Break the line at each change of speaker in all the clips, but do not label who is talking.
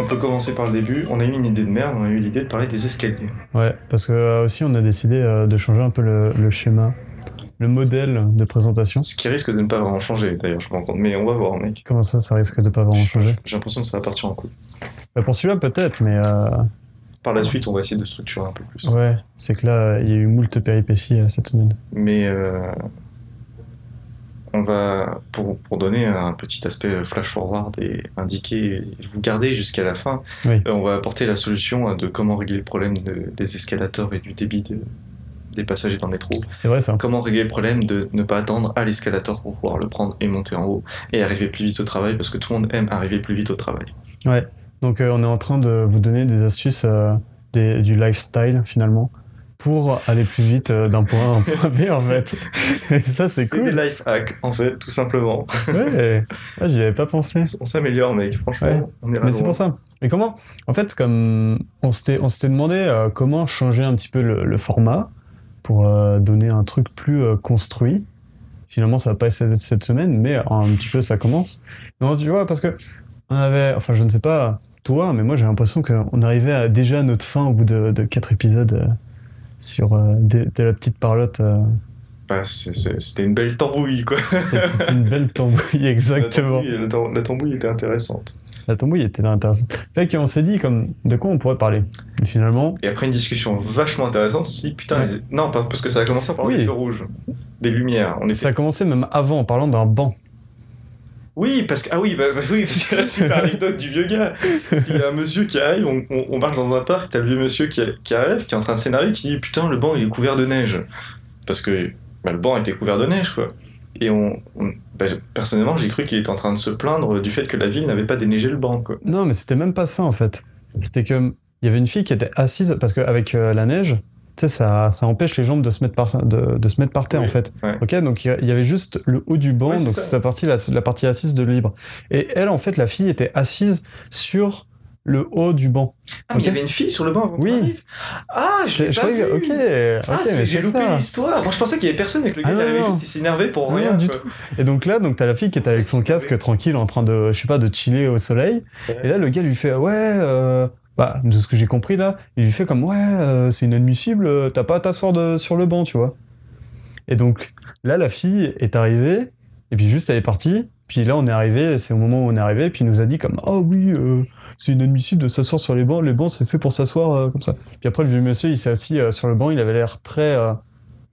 On peut commencer par le début. On a eu une idée de merde, on a eu l'idée de parler des escaliers.
Ouais, parce que euh, aussi on a décidé euh, de changer un peu le, le schéma, le modèle de présentation.
Ce qui risque de ne pas vraiment changer, d'ailleurs, je me rends compte. Mais on va voir, mec.
Comment ça, ça risque de pas vraiment changer
J'ai l'impression que ça va partir en coup.
Bah, Pour celui-là peut-être, mais euh,
Par la suite, on va essayer de structurer un peu plus.
ouais, c'est que là il y a eu moult péripéties euh, cette semaine.
Mais euh, on va, pour, pour donner un petit aspect flash-forward et indiquer, et vous garder jusqu'à la fin,
Oui.
euh, on va apporter la solution euh, de comment régler le problème de- des escalators et du débit de- des passagers dans le métro.
C'est vrai ça.
Comment régler le problème de ne pas attendre à l'escalator pour pouvoir le prendre et monter en haut et arriver plus vite au travail parce que tout le monde aime arriver plus vite au travail.
Donc euh, on est en train de vous donner des astuces euh, des- du lifestyle finalement pour aller plus vite euh, d'un point A à un point B en fait. Et ça c'est
des
cool.
life hacks en fait, tout simplement.
Ouais, ouais j'y avais pas pensé.
On s'améliore, mec, franchement.
Ouais.
On est
Mais c'est pour ça. Et comment En fait, comme on s'était on s'était demandé euh, comment changer un petit peu le, le format pour euh, donner un truc plus euh, construit. Finalement, ça va pas être cette- cette semaine, mais un petit peu ça commence. Et on se dit, ouais, parce que on avait, enfin, je ne sais pas toi, mais moi j'ai l'impression qu'on arrivait à déjà à notre fin au bout de, de quatre épisodes euh, sur euh, dès- dès la petite parlotte. euh,
Bah, c'est- c'est- C'était une belle tambouille, quoi.
C'était une belle tambouille, exactement.
La tambouille, la tam- la tambouille était intéressante.
La tambouille était intéressante. Fait qu'on s'est dit, comme, de quoi on pourrait parler Et finalement,
Et après une discussion vachement intéressante, on s'est dit putain,
Ouais.
les- non, pas- parce que ça a commencé en parlant
Oui.
des feux rouges, des lumières. On
Et
était...
Ça a commencé même avant en parlant d'un banc.
Oui, parce que ah oui, bah, bah oui, parce que la super anecdote du vieux gars. Parce qu'il y a un monsieur qui arrive, on, on- on marche dans un parc, t'as le vieux monsieur qui, qui arrive, qui est en train de s'énerver, qui dit putain, le banc il est couvert de neige. Parce que bah, le banc était couvert de neige, quoi. Et on, on- bah, je- personnellement, j'ai cru qu'il était en train de se plaindre du fait que la ville n'avait pas déneigé le banc, quoi.
Non, mais c'était même pas ça en fait. C'était que il y avait une fille qui était assise parce qu'avec la neige, tu sais, ça, ça empêche les jambes de se mettre par, de, de se mettre par terre
Oui,
en fait.
ouais.
Ok, donc il y a- il y avait juste le haut du banc,
Ouais, c'est
donc
ça.
c'est la partie la, la partie assise de libre. Et elle en fait, la fille était assise sur le haut du banc.
Ah, mais
Ok.
il y avait une fille sur le banc avant qu'on
Oui.
arrive. Ah, je l'ai pas
croyais
vu.
que- ok,
Ah,
ok,
c'est-
mais
j'ai
c'est
loupé
ça.
l'histoire. Moi, je pensais qu'il y avait personne et que le
Ah,
gars il
non,
avait
non.
juste il s'énervait pour
Non,
rien.
du
quoi.
Et donc là, donc t'as la fille qui est avec son
C'est
casque
vrai.
tranquille, en train de, je sais pas, de chiller au soleil.
Ouais.
Et là, le gars lui fait, ouais, euh, bah, de ce que j'ai compris là, il lui fait comme, ouais, euh, c'est inadmissible, euh, t'as pas à t'asseoir de- sur le banc, tu vois. Et donc là, la fille est arrivée, et puis juste elle est partie. Puis là, on est arrivé, c'est au moment où on est arrivé, puis il nous a dit comme, oh oui, euh, c'est inadmissible de s'asseoir sur les bancs, les bancs c'est fait pour s'asseoir euh, comme ça. Puis après, le vieux monsieur, il s'est assis euh, sur le banc, il avait l'air très euh,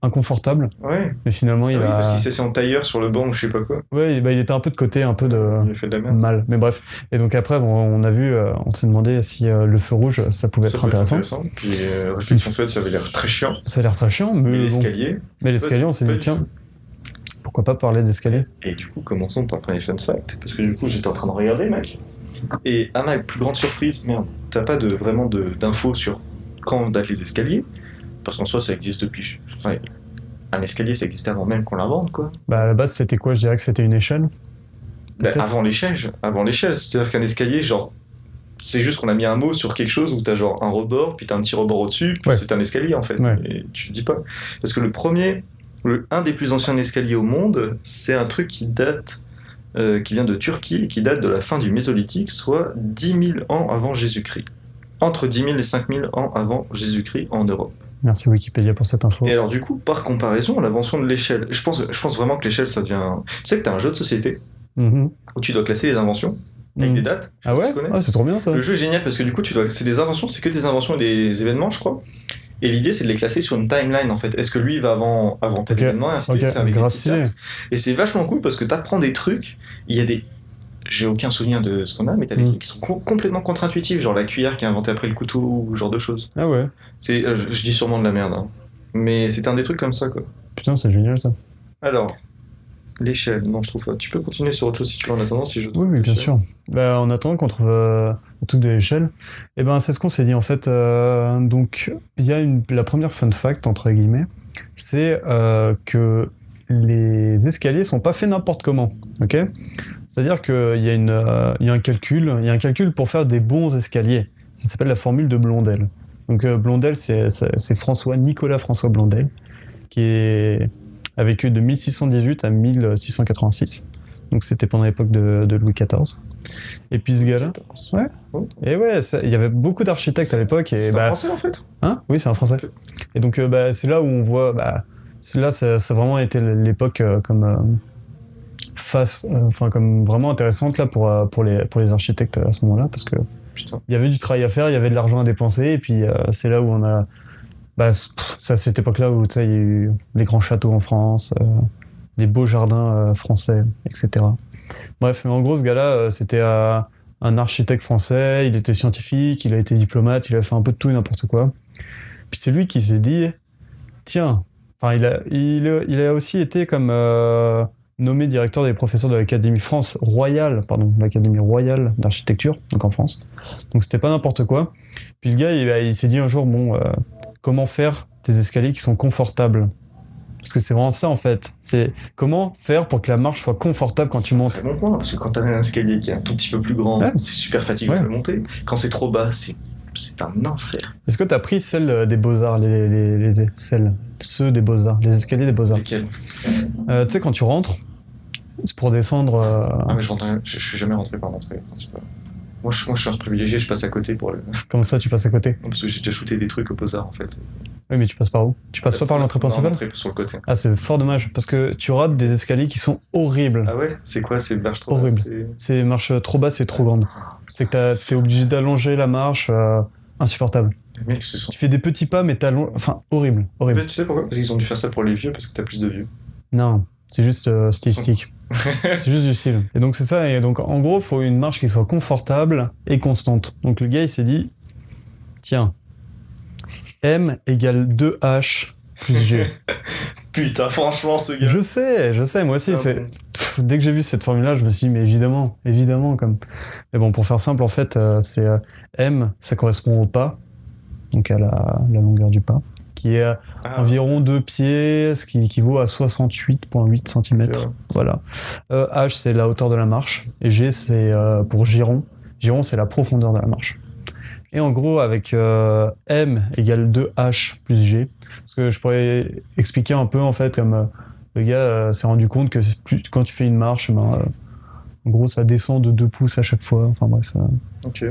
inconfortable,
Ouais.
mais finalement,
Ah
il
oui,
a.
parce qu'il s'est assis en tailleur sur le banc ou je sais pas quoi.
Ouais, il- bah, il était un peu de côté, un peu de
Il a fait de la merde.
mal, mais bref. Et donc après, bon, on a vu, euh, on s'est demandé si euh, le feu rouge, ça pouvait
Ça
être
peut
intéressant.
Puis, euh, réflexion faite, ça avait l'air très chiant.
Ça a l'air très chiant, mais,
Mais
bon.
l'escalier.
Mais l'escalier, on s'est
Pas
dit,
du
tiens, pourquoi pas parler d'escalier
Et du coup, commençons par le premier fun fact. Parce que du coup, j'étais en train de regarder, mec. Et à ma plus grande surprise, merde, t'as pas de, vraiment de- d'infos sur quand datent les escaliers. Parce qu'en soi, ça existe depuis. Enfin, un escalier, ça existait avant même qu'on l'invente, quoi.
Bah à la base, c'était quoi Je dirais que c'était une échelle.
Bah,
Peut-être.
avant l'échelle, je- avant l'échelle, c'est-à-dire qu'un escalier, genre, c'est juste qu'on a mis un mot sur quelque chose où t'as genre un rebord, puis t'as un petit rebord au-dessus, puis
Ouais.
c'est un escalier en fait.
Ouais.
Et tu te dis pas. Parce que le premier, le, un des plus anciens escaliers au monde, c'est un truc qui date, euh, qui vient de Turquie et qui date de la fin du Mésolithique, soit 10 000 ans avant Jésus-Christ. Entre 10 000 et 5 000 ans avant Jésus-Christ en Europe.
Merci Wikipédia pour cette info.
Et alors du coup, par comparaison, l'invention de l'échelle, je pense, je pense vraiment que l'échelle, ça devient... Tu sais que t'as un jeu de société
Mhm.
où tu dois classer les inventions avec
Mhm.
des dates. Je sais
Ah
pas si
ouais
tu connais.
Ah, c'est trop bien ça.
Le jeu est génial parce que du coup, tu dois... c'est des inventions, c'est que des inventions et des événements, je crois. Et l'idée, c'est de les classer sur une timeline en fait. Est-ce que lui il va avant, avant tel
Ok.
événement et ainsi de
Ok,
suite, c'est avec des petites
gracieux.
cartes. Et c'est vachement cool parce que t'apprends des trucs. Il y a des. J'ai aucun souvenir de ce qu'on a, mais t'as des
Mm.
trucs qui sont com- complètement contre-intuitifs, genre la cuillère qui est inventée après le couteau ou ce genre de choses.
Ah ouais,
C'est, euh, je je dis sûrement de la merde, hein. mais c'est un des trucs comme ça quoi.
putain, c'est génial ça.
Alors, l'échelle, non, je trouve pas. Tu peux continuer sur autre chose si tu veux en attendant, si je
Oui, oui, bien sûr. Bah, en attendant qu'on trouve euh, le truc de l'échelle, eh ben, c'est ce qu'on s'est dit en fait. euh, donc, il y a une, la première fun fact, entre guillemets, c'est euh, que les escaliers sont pas faits n'importe comment. ok C'est-à-dire qu'il y, a une, euh, il y a un calcul il y a un calcul pour faire des bons escaliers. Ça s'appelle la formule de Blondel. Donc, euh, Blondel, c'est c'est- c'est François, Nicolas François Blondel, qui est, a vécu de 1618 à 1686. Donc c'était pendant l'époque de, de Louis XIV. Et puis ce gars-là. Ouais.
Oh.
Et ouais, ça- il y avait beaucoup d'architectes à l'époque. Et
C'est
bah,
un français en fait
Hein Oui, c'est un français. Et donc, euh, bah, c'est là où on voit. Bah, c'est là, ça, ça a vraiment été l'époque euh, comme. euh, face. euh, Enfin, comme vraiment intéressante là pour, euh, pour, les, pour les architectes à ce moment-là, parce que
Putain.
il y avait du travail à faire, il y avait de l'argent à dépenser, et puis euh, c'est là où on a. Bah, c- pff, c'est à cette époque-là où tu sais, il y a eu les grands châteaux en France, euh, les beaux jardins euh, français, etc. Bref, mais en gros, ce gars-là, euh, c'était euh, un architecte français, il était scientifique, il a été diplomate, il a fait un peu de tout et n'importe quoi. Puis c'est lui qui s'est dit tiens, enfin, il, a, il, a- il a aussi été comme euh, nommé directeur des professeurs de l'Académie France Royale, pardon, l'Académie Royale d'architecture, donc en France. Donc c'était pas n'importe quoi. Puis le gars, il, a- il s'est dit un jour, bon, euh, comment faire des escaliers qui sont confortables Parce que c'est vraiment ça en fait. C'est comment faire pour que la marche soit confortable quand tu montes.
C'est mon point, parce que quand t'as un escalier qui est un tout petit peu plus grand,
Ouais.
c'est super fatigant
Ouais.
de le monter. Quand c'est trop bas, c'est c'est un enfer.
Est-ce que tu as pris celle euh, des beaux-arts, les, les, les- celles, ceux des beaux-arts, les escaliers des beaux-arts
Lesquels
Euh, Tu sais, quand tu rentres, c'est pour descendre. euh,
Ah, mais je, rentre- je, je suis jamais rentré par l'entrée principale. Moi je, moi, je suis un privilégié, je passe à côté pour aller-
Comme ça, tu passes à côté.
Non, Parce que j'ai déjà shooté des trucs au Beaux-Arts en fait.
Oui, mais tu passes par où Tu passes pas par l'entrée
Non,
principale
l'entrée sur le côté.
Ah, c'est fort dommage, parce que tu rates des escaliers qui sont horribles.
Ah ouais C'est quoi C'est marche trop
Horrible.
c'est-
C'est marche trop basse et trop grande. C'est que t'as- t'es obligé d'allonger la marche, euh, insupportable.
Les mecs se sont.
Tu fais des petits pas, mais t'allonges. Enfin, horrible, horrible.
Tu sais pourquoi Parce qu'ils ont dû faire ça pour les vieux, parce que t'as plus de vieux.
Non, c'est juste euh, stylistique. c'est juste du style. Et donc c'est ça. Et donc en gros, faut une marche qui soit confortable et constante. Donc le gars, il s'est dit, tiens, M égale 2H plus G.
Putain, franchement, ce gars.
je sais, je sais, moi aussi,
C'est
c'est...
un bon.
Pff, dès que j'ai vu cette formule-là, je me suis dit, mais évidemment, évidemment, comme. Mais bon, pour faire simple, en fait, euh, c'est euh, M, ça correspond au pas, donc à la, la longueur du pas, qui est euh,
Ah,
environ 2 pieds, ce qui équivaut à 68,8 cm.
Ouais.
Voilà. Euh, H, c'est la hauteur de la marche, et G, c'est euh, pour giron. Giron, c'est la profondeur de la marche. Et en gros, avec euh, M égale 2H plus G, parce que je pourrais expliquer un peu, en fait, comme euh, le gars euh, s'est rendu compte que c'est plus- quand tu fais une marche, ben, euh, en gros, ça descend de 2 pouces à chaque fois. Enfin bref. euh,
ok.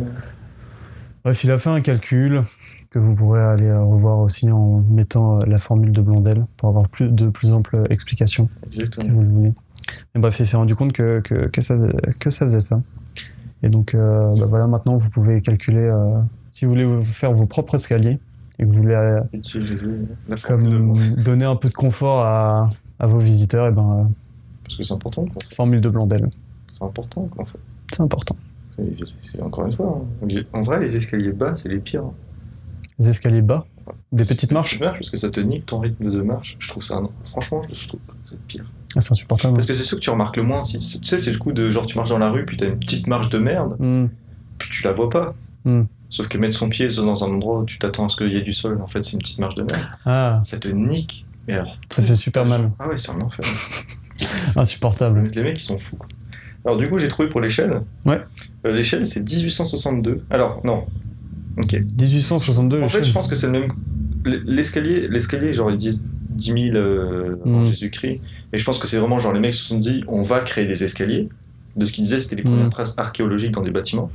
Bref, il a fait un calcul que vous pourrez aller euh, revoir aussi en mettant euh, la formule de Blondel pour avoir plus, de plus amples explications, si
Exactement.
vous le voulez. Mais bref, il s'est rendu compte que, que, que ça, que ça faisait ça. Et donc, euh, bah voilà, maintenant, vous pouvez calculer, euh, si vous voulez vous faire vos propres escaliers et que vous voulez euh,
Utiliser la forme de
comme,
moi.
donner un peu de confort à, à vos visiteurs, et ben, euh,
Parce que c'est important, quoi.
formule de Blondel,
C'est important, quoi, en fait.
c'est important.
C'est- c'est- Encore une fois, hein. en vrai, les escaliers bas, c'est les pires.
Les escaliers bas, des petites marches,
marches Parce que ça te nique ton rythme de marche. Je trouve ça. un- Franchement, je trouve que c'est pire.
Ah, c'est insupportable.
Parce que c'est ce que tu remarques le moins. Si, tu sais, c'est le coup de genre, tu marches dans la rue, puis t'as une petite marche de merde,
Hmm.
puis tu la vois pas.
Mm.
Sauf que mettre son pied dans un endroit où tu t'attends à ce qu'il y ait du sol, en fait, c'est une petite marche de merde.
Ah,
Ça te nique. Mais alors.
ça fait super mal,
Ah ouais, c'est un enfer.
insupportable.
Les mecs, ils sont fous. quoi. Alors, du coup, j'ai trouvé pour l'échelle.
Ouais.
Euh, l'échelle, c'est 1862. Alors, non. Ok.
1862,
En
le
fait,
chef.
je pense que c'est le même. l- L'escalier, l'escalier, genre, ils disent 10 000 euh, avant
Mm.
Jésus-Christ. Et je pense que c'est vraiment, genre, les mecs se sont dit, on va créer des escaliers. De ce qu'ils disaient, c'était les premières
Mm.
traces archéologiques dans des bâtiments.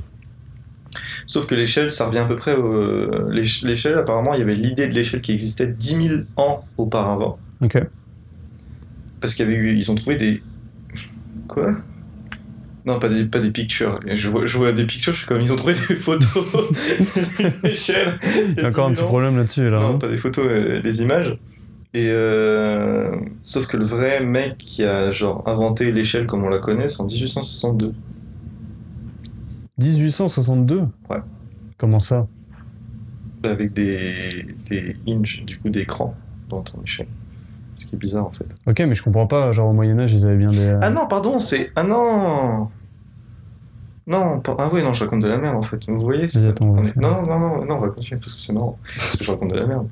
Sauf que l'échelle, ça revient à peu près. au- l'éche- L'échelle, apparemment, il y avait l'idée de l'échelle qui existait 10 000 ans auparavant.
Ok.
Parce qu'il y avait eu. Ils ont trouvé des. Quoi non, pas des, pas des pictures. Je vois, je vois des pictures, je suis comme. Ils ont trouvé des photos d'échelle.
Il y a encore un petit problème là-dessus, là.
Non,
hein.
pas des photos, euh, des images. Et euh, sauf que le vrai mec qui a genre inventé l'échelle comme on la connaît, c'est en 1862.
1862
Ouais.
Comment ça
Avec des, des hinges, du coup des crans dans ton échelle. Ce qui est bizarre en fait.
Ok, mais je comprends pas. Genre, au Moyen-Âge, ils avaient bien des. euh,
Ah non, pardon, c'est. Ah non Non, par- ah oui, non, je raconte de la merde en fait. Vous voyez c'est-
Vas-y, attends, on va
on est-
faire.
Non, non, non, non, on va continuer parce que c'est marrant. Parce que je raconte de la merde.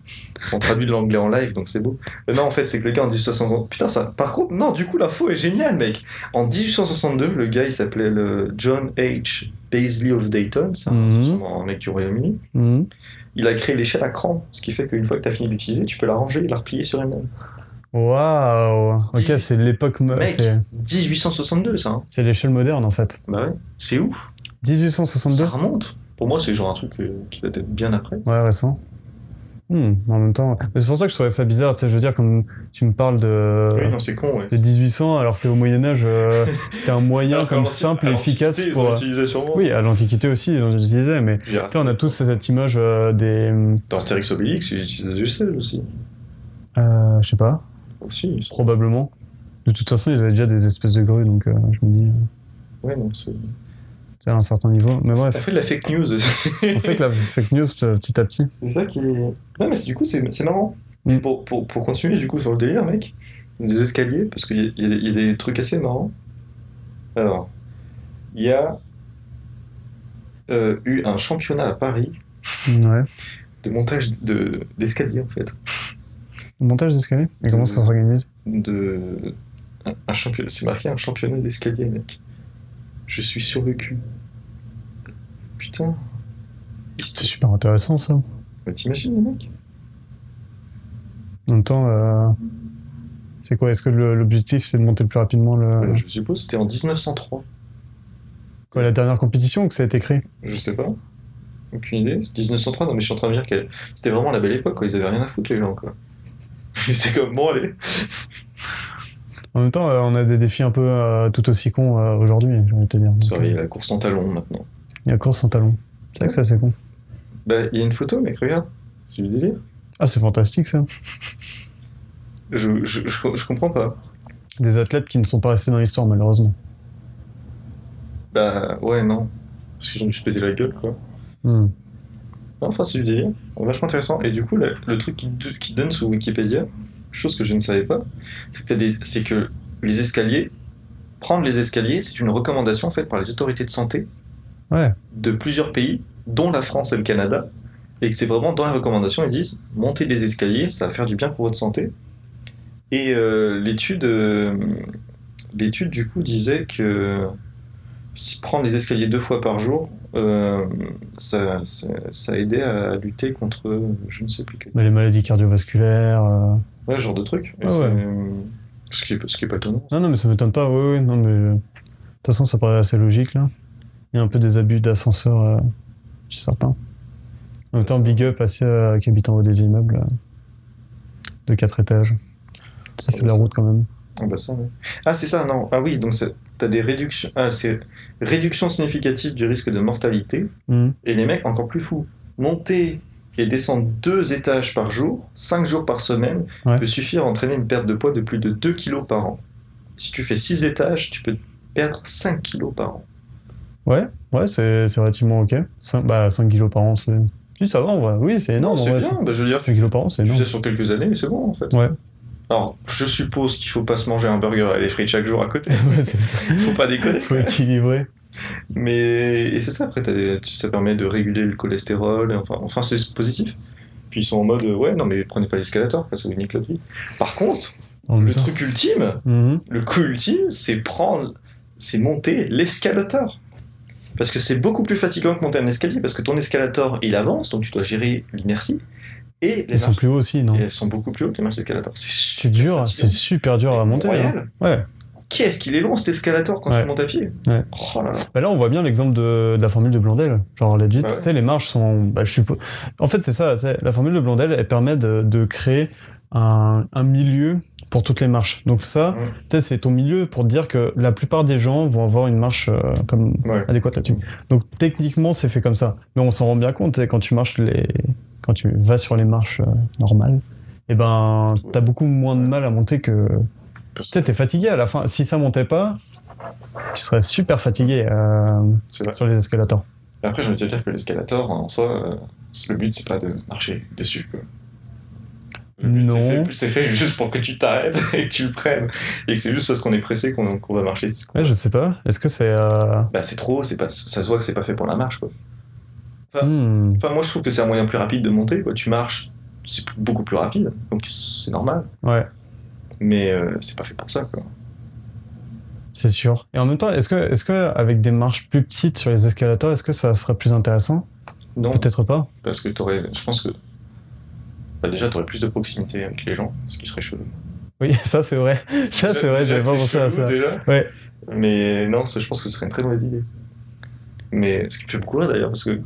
On traduit de l'anglais en live donc c'est beau. Euh, non, en fait, c'est que le gars en 1862. Putain, ça. Par contre, non, du coup, l'info est géniale, mec. En 1862, le gars il s'appelait le John H. Paisley of Dayton, c'est un- c'est
Mhm.
sûrement un mec du Royaume-Uni.
Mhm.
Il a créé l'échelle à cran, ce qui fait qu'une fois que tu as fini d'utiliser, tu peux la ranger et la replier sur elle-même.
Waouh Ok,
Dix-
c'est l'époque. mo-
Mec.
C'est
?1862, ça. hein.
c'est l'échelle moderne en fait.
Bah ouais, c'est ouf. Ça
1862
remonte. Pour moi, c'est genre un truc euh, qui doit être bien après.
Ouais, récent. Hmm, en même temps. Mais c'est pour ça que je trouvais ça bizarre, tu sais, je veux dire, comme tu me parles de.
Oui, non, c'est con, ouais.
de 1800, alors qu'au Moyen-Âge, euh, c'était un moyen
Alors qu'à
comme
l'anti-
simple
à
et
l'Antiquité,
efficace
ils en
pour. euh,
utilisaient sûrement.
Oui, à l'Antiquité aussi, ils en utilisaient, mais tu
Je dirais,
sais, on a tous cette image euh, des.
Dans Astérix Obélix, ils utilisaient du sel aussi.
euh, je sais pas,
Aussi, ils sont-
probablement. De toute façon, ils avaient déjà des espèces de grues, donc euh, je me dis, euh,
Ouais, non, c'est.
c'est à un certain niveau. Mais
T'as
bref,
fait de la fake news aussi.
on fait que la fake news euh, petit à petit.
C'est ça qui est. Non, mais c'est- du coup, c'est c'est marrant.
Mm.
Pour, pour, pour continuer, du coup, sur le délire, mec, des escaliers, parce qu'il y, a- il y a des- il y a des trucs assez marrants. Alors, il y a euh, eu un championnat à Paris
Ouais.
de montage de- d'escaliers, en fait.
Montage d'escalier Et comment ça s'organise
De... Un, un champion- C'est marqué un championnat d'escalier, mec. Je suis sur le cul. Putain.
C'est super intéressant ça.
Mais T'imagines, les mecs
En même temps, euh, c'est quoi Est-ce que le- l'objectif c'est de monter le plus rapidement le...
Euh, Je suppose que c'était en 1903.
quoi, la dernière compétition ou que ça a été créé
Je sais pas. Aucune idée. C'est 1903, non mais je suis en train de dire que c'était vraiment la belle époque, quoi. Ils avaient rien à foutre, les gens, quoi. C'est comme, bon, allez.
En même temps, euh, on a des défis un peu euh, tout aussi cons euh, aujourd'hui, j'ai envie de te dire. Donc,
Surveiller
euh,
la course en talon maintenant.
Il y a course en talon. C'est vrai que ça, c'est con.
Bah, il y a une photo, mec, regarde. C'est du délire.
Ah, c'est fantastique ça.
Je, je, je, je comprends pas.
Des athlètes qui ne sont pas restés dans l'histoire, malheureusement.
Bah, ouais, non. Parce qu'ils ont dû se péter la gueule, quoi.
Hmm.
Non, Enfin, c'est du délire. Vachement intéressant. Et du coup, la- le truc qui, qui donne sous Wikipédia, chose que je ne savais pas, c'est que, t'as des- c'est que les escaliers, prendre les escaliers, c'est une recommandation faite par les autorités de santé
Ouais.
de plusieurs pays, dont la France et le Canada. Et que c'est vraiment dans les recommandations, ils disent montez les escaliers, ça va faire du bien pour votre santé. Et euh, l'étude, euh, l'étude du coup disait que si prendre les escaliers deux fois par jour, euh, ça, ça, ça aidait à lutter contre euh, je ne sais plus quel
Mais Bah, les maladies cardiovasculaires. euh,
ouais, ce genre de truc. Et
Ah
c'est-
ouais.
ce, qui est, ce qui est pas étonnant.
Non, non, mais ça m'étonne pas. Oui, oui, non, mais. euh, De toute façon, ça paraît assez logique là. Il y a un peu des abus d'ascenseur euh, chez certains. En même temps, big up à ceux euh, qui habitent en haut des immeubles euh, de 4 étages. Ça fait de la route quand même.
Ah, bah ça, ouais. Ah, c'est ça, non. Ah oui, donc ça- t'as des réductions. Ah, c'est réduction significative du risque de mortalité.
Hmm.
Et les mecs, encore plus fous, monter et descendre deux étages par jour, cinq jours par semaine,
Ouais.
peut suffire à entraîner une perte de poids de plus de 2 kilos par an. Si tu fais six étages, tu peux perdre 5 kilos par an.
Ouais, ouais, c'est c'est relativement ok. 5, bah, 5 kilos par an, c'est. Si, ça va en vrai. Oui, c'est énorme. en
c'est
vrai,
bien, bah, je veux dire,
5 kilos par an, c'est
tu
énorme.
fais ça sur quelques années, mais c'est bon en fait.
Ouais.
Alors, je suppose qu'il faut pas se manger un burger et des frites chaque jour à côté.
Ouais, c'est ça.
faut pas déconner.
Faut équilibrer.
Mais et c'est ça après, t'as des- tu- ça permet de réguler le cholestérol, et enfin, enfin c'est positif. Puis ils sont en mode euh, ouais non mais prenez pas l'escalator, parce que vous nique la vie. Par contre,
En
le
même temps.
truc ultime,
Mhm.
le coup ultime, c'est prendre, c'est monter l'escalator. Parce que c'est beaucoup plus fatigant que monter un escalier, parce que ton escalator il avance, donc tu dois gérer l'inertie et les
Ils sont
marches,
plus hauts aussi, non
et elles sont beaucoup plus hautes les marches d'escalator.
C'est dur, c'est super dur à monter. hein. Ouais.
Qu'est-ce qu'il est long cet escalator quand
Ouais.
tu montes à pied
Ouais.
Oh là là.
Bah là, on voit bien l'exemple de, de la formule de Blondel. Genre, legit,
Bah ouais.
tu sais, les marches sont. Bah, je suppose... En fait, c'est ça. c'est- La formule de Blondel, elle permet de, de créer un, un milieu pour toutes les marches. Donc, ça,
Ouais.
tu sais, c'est ton milieu pour dire que la plupart des gens vont avoir une marche euh, comme
Ouais.
adéquate là-dessus. Donc, techniquement, c'est fait comme ça. Mais on s'en rend bien compte, tu sais, quand tu marches les. Quand tu vas sur les marches euh, normales, et ben, t'as beaucoup moins de mal à monter que. Tu sais, t'es fatigué à la fin. Si ça montait pas, tu serais super fatigué. euh,
C'est vrai.
sur les escalators.
Et Après, j'ai envie de dire que l'escalator, en soi, euh, c'est- le but, c'est pas de marcher dessus. Quoi. Le but, c'est
Non.
fait- C'est fait, juste pour que tu t'arrêtes et que tu le prennes. Et que c'est juste parce qu'on est pressé qu'on qu'on va marcher dessus. quoi.
Ouais, je sais pas. Est-ce que c'est. euh,
Bah, c'est trop haut, c'est pas, ça se voit que c'est pas fait pour la marche. Quoi. Ah.
hmm,
Enfin, moi, je trouve que c'est un moyen plus rapide de monter. Quoi. Tu marches, c'est plus- beaucoup plus rapide, donc c'est normal.
Ouais,
Mais euh, c'est pas fait pour ça. Quoi.
c'est sûr. Et en même temps, est-ce que, est-ce que avec des marches plus petites sur les escalators, est-ce que ça serait plus intéressant
Non,
Peut-être pas.
parce que t'aurais, je pense que bah, déjà, t'aurais plus de proximité avec les gens, ce qui serait chelou.
Oui, ça c'est vrai. Ça c'est vrai,
Déjà
j'avais
que
pas
c'est
pensé à
chelou,
ça.
déjà.
Ouais.
Mais non, ça, je pense que ce serait une très mauvaise idée. Mais ce qui me fait beaucoup rire d'ailleurs, parce que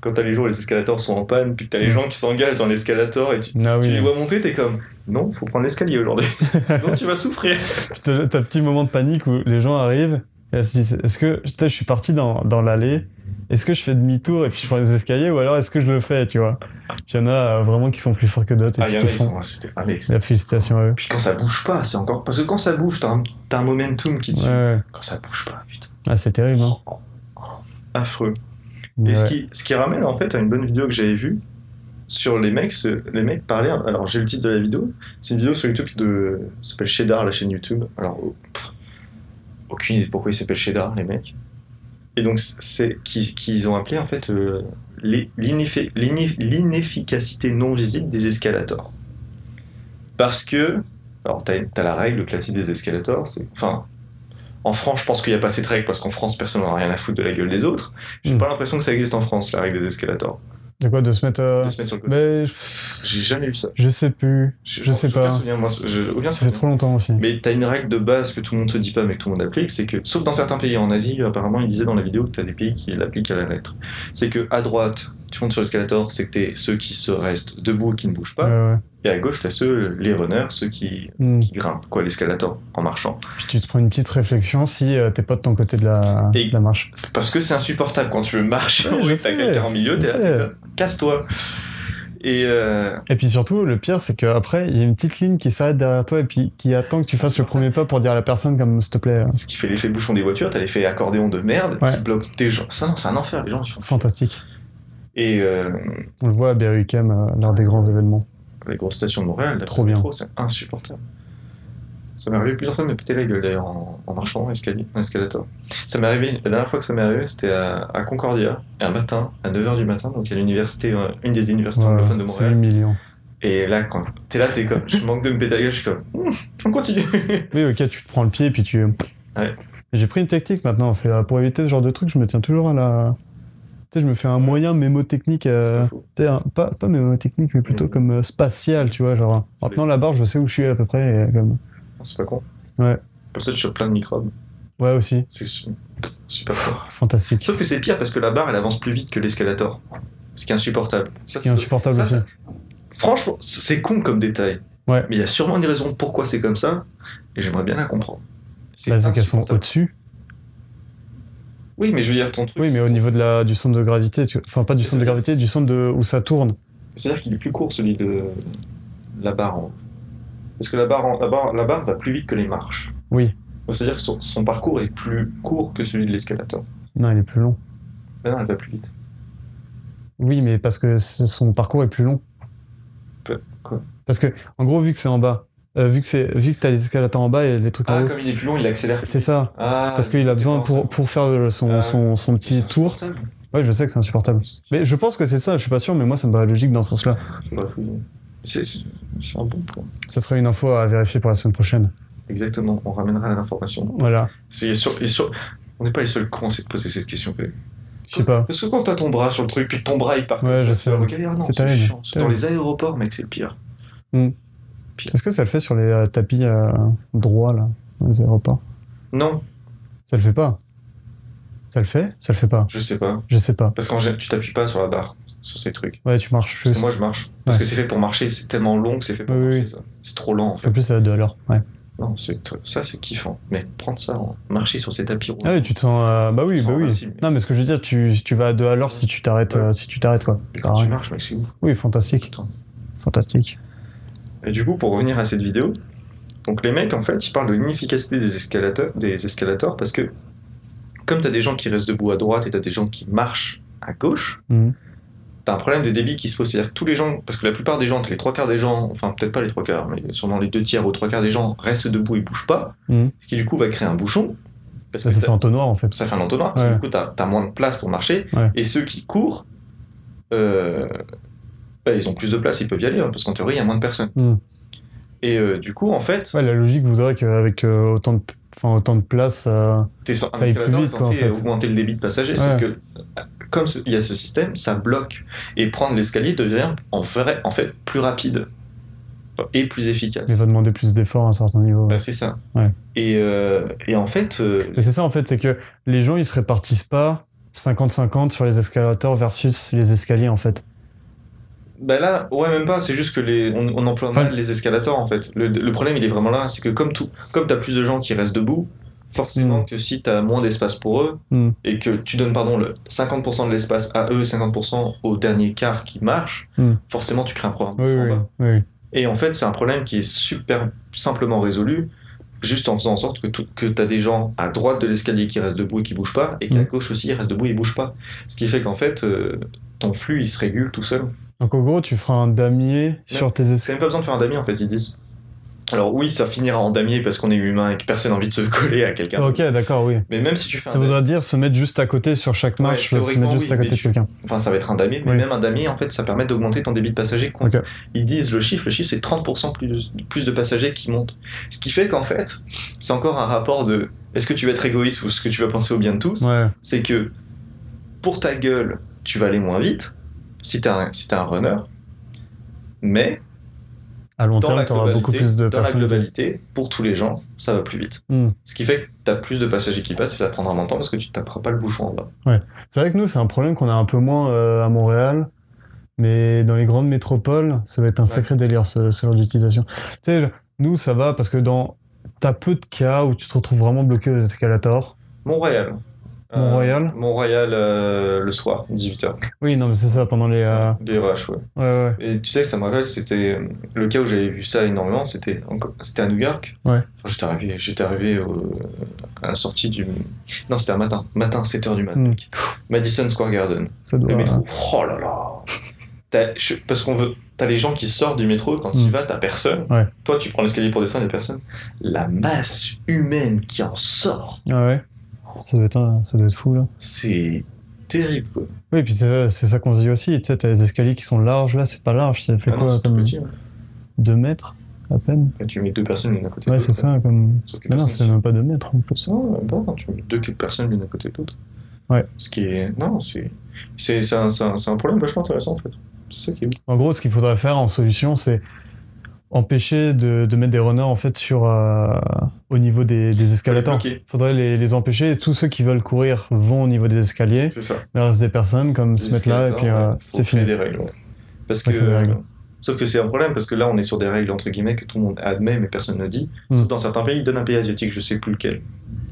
quand t'as les jours où les escalators sont en panne, puis que t'as les gens qui s'engagent dans l'escalator et tu,
Ah
tu les
Mm. oui,
vois monter, t'es comme non, faut prendre l'escalier aujourd'hui, sinon tu vas souffrir.
Puis t'as t'as un petit moment de panique où les gens arrivent et elles se disent est-ce que putain, je suis parti dans, dans l'allée Est-ce que je fais demi-tour et puis je prends les escaliers ou alors est-ce que je le fais Tu vois Il y en a euh, vraiment qui sont plus forts que d'autres et
Ah,
puis
il y en
qui
a, ils
font.
sont. c'était- ah, mais c'est-
La félicitation à eux.
Puis quand ça bouge pas, c'est encore. Parce que quand ça bouge, t'as un, t'as un momentum qui te
Ouais,
suit.
ouais.
Quand ça bouge pas, putain.
Ah, c'est terrible. Hein.
Affreux.
Mais
Et ce
ouais.
qui, ce qui ramène en fait à une bonne vidéo que j'avais vue sur les mecs, ce- les mecs parlaient. Alors j'ai le titre de la vidéo. C'est une vidéo sur YouTube de ça s'appelle Shedar, la chaîne YouTube. Alors oh, pff, aucune idée de pourquoi ils s'appellent Shedar les mecs. Et donc c'est qu'ils qu'ils ont appelé en fait euh, les- l'ineffi- l'ineff- l'inefficacité non visible des escalators. Parce que alors t'as as la règle classique des escalators, c'est enfin en France je pense qu'il n'y a pas cette règle parce qu'en France personne n'en a rien à foutre de la gueule des autres. J'ai
Mm.
pas l'impression que ça existe en France, la règle des escalators.
De quoi De se mettre. euh,
De se mettre sur le côté.
Mais je,
J'ai jamais vu ça.
je sais plus. Bah, Je
en
sais
tout cas,
pas.
souviens, moi, je- aucun
Ça fait
souvenir.
trop longtemps aussi.
Mais t'as une règle de base que tout le monde se dit pas, mais que tout le monde applique, c'est que, sauf dans certains pays, en Asie, apparemment, ils disaient dans la vidéo que t'as des pays qui l'appliquent à la lettre. C'est que à droite, tu montes sur l'escalator, c'est que t'es ceux qui se restent debout et qui ne bougent pas,
Ouais, ouais.
et à gauche, t'as ceux, les runners, ceux qui,
Hmm.
qui grimpent, quoi, l'escalator, en marchant.
Puis tu te prends une petite réflexion si euh, t'es pas de ton côté de la,
Et-
de la marche.
C'est parce que c'est insupportable quand tu veux marcher,
Ouais,
en
je
vrai, t'as
sais,
quelqu'un en milieu,
je
t'es là,
sais.
t'es là, casse-toi. Et euh,
Et puis surtout, le pire, c'est qu'après, il y a une petite ligne qui s'arrête derrière toi et puis qui attend que tu
Ça,
fasses
c'est
le premier pas pour dire à la personne, comme s'il te plaît, euh,
ce qui fait l'effet bouchon des voitures, t'as l'effet accordéon de merde
Ouais.
qui bloque tes gens. Ça, non, c'est un enfer, les gens, ils font.
fantastique.
Et euh,
On le voit à Berry-UQAM euh, lors des grands événements.
les grosses stations de Montréal, la
Trop
le
bien.
métro, c'est insupportable. Ça m'est arrivé plusieurs fois de me péter la gueule d'ailleurs en, en marchant en, escalier, en escalator. Ça m'est arrivé, la dernière fois que ça m'est arrivé, c'était à, à Concordia, un matin, à 9h du matin, donc à l'université, euh, une des universités
Ouais,
anglophones de
c'est
Montréal.
humiliant.
Et là, quand t'es là, t'es comme, je manque de me péter la gueule, je suis comme, Hum, on continue.
Oui, ok, tu te prends le pied et puis tu.
Ouais.
J'ai pris une technique maintenant, c'est euh, pour éviter ce genre de truc, je me tiens toujours à la. Tu sais, je me fais un moyen mémotechnique.
C'est
euh,
pas fou.
tu sais, un- pas, pas mémotechnique, mais plutôt
Mhm.
comme euh, spatial, tu vois. Genre, hein. maintenant la barre, je sais où je suis à peu près. et euh, comme...
C'est pas con.
Ouais.
Comme ça, tu chopes plein de microbes.
Ouais, aussi,
C'est su- super fort.
fantastique.
Sauf que c'est pire parce que la barre elle avance plus vite que l'escalator. Ce qui est insupportable. Ça,
C'est insupportable
ça,
aussi.
c'est- Franchement, c'est con comme détail.
Ouais.
Mais il y a sûrement une raison pourquoi c'est comme ça et j'aimerais bien la comprendre.
Bah, c'est qu'elles sont
insupportable.
au-dessus.
Oui, mais je veux dire ton truc.
Oui, mais au niveau de la, du centre de gravité, tu- enfin pas du
Mais
centre de
c'est-
gravité, du centre de, où ça tourne.
C'est-à-dire qu'il est plus court celui de, de la barre en haut. Parce que la barre, en- la, barre, la barre va plus vite que les marches.
Oui.
Donc, C'est-à-dire que son, son parcours est plus court que celui de l'escalator.
Non, il est plus long.
Mais non, elle va plus vite.
Oui, mais parce que c'est- son parcours est plus long.
Peu- quoi
Parce que, en gros, vu que c'est en bas, euh, vu que c'est, vu que t'as les escalators en bas et les trucs
Ah,
en haut,
comme il est plus long, il accélère.
c'est ça.
Ah,
Parce qu'il a
c'est
besoin
pour ça.
pour, pour faire le- son,
Ah,
son, son petit
C'est
tour.
insupportable.
Ouais, je sais que c'est insupportable. Mais je pense que c'est ça, je suis pas sûr, mais moi ça me paraît logique dans ce sens-là.
Bref, oui. Bah, C'est c'est- c'est un bon point.
Ça serait une info à vérifier pour la semaine prochaine.
Exactement, on ramènera l'information.
Voilà.
C'est sur- et sur- On n'est pas les seuls cons à se poser cette question. quand même.
Je sais pas.
Parce que quand t'as ton bras sur le truc, puis que ton bras il part.
Ouais, je sais.
C'est galère, non,
C'est
c'est
terrible.
chiant. C'est Dans
Terrible.
les aéroports, mec, c'est le pire.
Est-ce que ça le fait sur les euh, tapis euh, droits, là, dans les aéroports
Non,
Ça le fait pas Ça le fait Ça le fait pas
je sais pas.
Je sais pas.
Parce qu'en général, tu t'appuies pas sur la barre, sur ces trucs.
Ouais, tu
Parce
marches
que
juste.
moi, je marche. Parce
Ouais.
que c'est fait pour marcher, c'est tellement long que c'est fait pour
Oui, oui,
marcher,
oui.
ça. C'est trop lent, en fait.
En plus, ça va de l'heure. Ouais.
Non, c'est tr- ça, c'est kiffant. Mais prendre ça, hein, marcher sur ces tapis rouges.
Ah oui, tu te sens. euh, bah oui,
te
bah
sens
oui.
invincible.
Non, mais ce que je veux dire, tu, tu vas à deux à l'heure si tu t'arrêtes,
Ouais.
euh, si tu t'arrêtes quoi.
Quand tu
Ah,
marches, mec, c'est ouf.
Oui, fantastique.
Putain.
Fantastique.
Et du coup, pour revenir à cette vidéo, donc les mecs, en fait, ils parlent de l'inefficacité des escalateurs, des escalators parce que, comme tu as des gens qui restent debout à droite et tu as des gens qui marchent à gauche,
Mhm.
tu as un problème de débit qui se pose. C'est-à-dire que tous les gens, parce que la plupart des gens, les trois quarts des gens, enfin peut-être pas les trois quarts, mais sûrement les deux tiers ou trois quarts des gens restent debout et bougent pas,
Mhm.
ce qui du coup va créer un bouchon. Parce
Ça,
que
ça fait
t'as-
entonnoir en fait.
ça fait un entonnoir,
Ouais.
du coup, tu as, moins de place pour marcher.
Ouais.
Et ceux qui courent, euh, bah, ils ont plus de place, ils peuvent y aller, hein, parce qu'en théorie, il y a moins de personnes.
Mm.
Et euh, du coup, en fait,
Ouais, la logique voudrait qu'avec euh, autant de. Enfin, autant de place. euh,
t'es sen- un
Ça aille plus
escalator est
vite, quoi, en
censé
fait.
augmenter le débit de passagers, sauf
Ouais.
que euh, comme ce- il y a ce système, ça bloque. Et prendre l'escalier devient en, vrai- en fait plus rapide. et plus efficace.
Il va demander plus d'efforts à un certain niveau.
Bah, c'est ça.
Ouais.
Et, euh, et en fait, euh,
Et c'est ça en fait, c'est que les gens ils se répartissent pas 50-50 sur les escalators versus les escaliers en fait.
bah là, ouais, même pas, c'est juste que les, on, on emploie
Enfin,
mal les escalators en fait. Le, le problème, il est vraiment là, c'est que comme tout, comme t'as plus de gens qui restent debout, forcément
Mm.
que si t'as moins d'espace pour eux
Mm.
et que tu donnes, pardon, le 50% de l'espace à eux et 50% au dernier quart qui marche,
Mm.
forcément tu crées un problème.
Oui,
en
oui,
bas.
oui. oui.
Et en fait, c'est un problème qui est super simplement résolu, juste en faisant en sorte que, tout- que tu as des gens à droite de l'escalier qui restent debout et qui bougent pas, et qu'à
Mhm.
gauche aussi, ils restent debout et ils bougent pas. Ce qui fait qu'en fait, euh, ton flux, il se régule tout seul.
Donc en gros, tu feras un damier sur tes
C'est
escaliers.
même pas besoin de faire un damier, en fait, ils disent. Alors oui, ça finira en damier parce qu'on est humain et que personne n'a envie de se coller à quelqu'un.
ok, d'accord, oui.
Mais même si tu fais un
Ça voudrait dire se mettre juste à côté sur chaque
Ouais,
marche, se
théoriquement,
mettre juste
oui,
à
mais
côté de
tu-
quelqu'un.
Enfin, ça va être un damier, mais
Oui.
même un damier, en fait, ça permet d'augmenter ton débit de passagers. quoi.
Ok.
Ils disent le chiffre, le chiffre, c'est 30% plus, plus de passagers qui montent. Ce qui fait qu'en fait, c'est encore un rapport de est-ce que tu vas être égoïste ou ce que tu vas penser au bien de tous
Ouais.
C'est que pour ta gueule, tu vas aller moins vite si t'es un, si t'es un runner, mais
À long
dans, la
terme, t'auras
globalité,
beaucoup plus de
dans la
personnes. qui-
globalité, pour tous les gens, ça va plus vite.
Hmm.
Ce qui fait que t'as plus de passagers qui passent et ça prendra moins de temps parce que tu taperas pas le bouchon en bas.
C'est vrai que nous, c'est un problème qu'on a un peu moins euh, à Montréal, mais dans les grandes métropoles, ça va être un sacré délire ce, ce genre d'utilisation. Tu sais, je- nous, ça va parce que dans. T'as peu de cas où tu te retrouves vraiment bloqué aux escalators.
Montréal. Euh,
Mont-Royal
Mont-Royal euh, le soir, 18h.
Oui, non, mais c'est ça, pendant les. euh,
Des rushs, ouais.
Ouais, ouais.
Et tu sais, ça me rappelle, c'était euh, le cas où j'avais vu ça énormément, c'était encore- c'était à New York.
Ouais.
Enfin, j'étais arrivé, j'étais arrivé au- à la sortie du. Non, c'était un matin, matin, 7h du matin.
Hmm.
Madison Square Garden,
Ça doit.
le métro. Oh là là T'as- je- Parce qu'on veut. T'as les gens qui sortent du métro, quand tu
Hmm.
vas, t'as personne.
Ouais.
Toi, tu prends l'escalier pour descendre, il y a personne. La masse humaine qui en sort,
Ah ouais. Ça doit, être, un- ça doit être fou, là.
c'est terrible, quoi.
Oui, puis c'est c'est ça qu'on se dit aussi. Tu sais, t'as les escaliers qui sont larges, là, c'est pas large. Ça fait
Ah non,
quoi
c'est tout
comme
petit, hein.
2 mètres à peine
Et tu mets deux personnes l'une à côté de
Ouais,
l'autre.
c'est ça, comme.
Sauf que
Mais non, ça
personne-
fait même pas 2 mètres en plus.
Non, même pas, non, tu mets deux personnes l'une à côté de l'autre.
Ouais.
Ce qui est. Non, c'est. C'est c'est un, c'est un, c'est un problème vachement intéressant en fait. C'est ça qui est ouf.
En gros, ce qu'il faudrait faire en solution, c'est empêcher de, de mettre des runners en fait sur euh, au niveau des, des escalators.
Ok,
faudrait les, les empêcher. et Tous ceux qui veulent courir vont au niveau des escaliers.
c'est ça.
Le reste des personnes, comme
Les
se mettre là et puis
escalators,
euh,
ouais, faut
c'est
créer
fini.
des règles, ouais. Parce
Faut
que.
créer des règles.
Sauf que c'est un problème parce que là on est sur des règles entre guillemets que tout le monde admet mais personne ne dit.
Mm.
Sauf dans certains pays, ils donnent un pays asiatique, je sais plus lequel.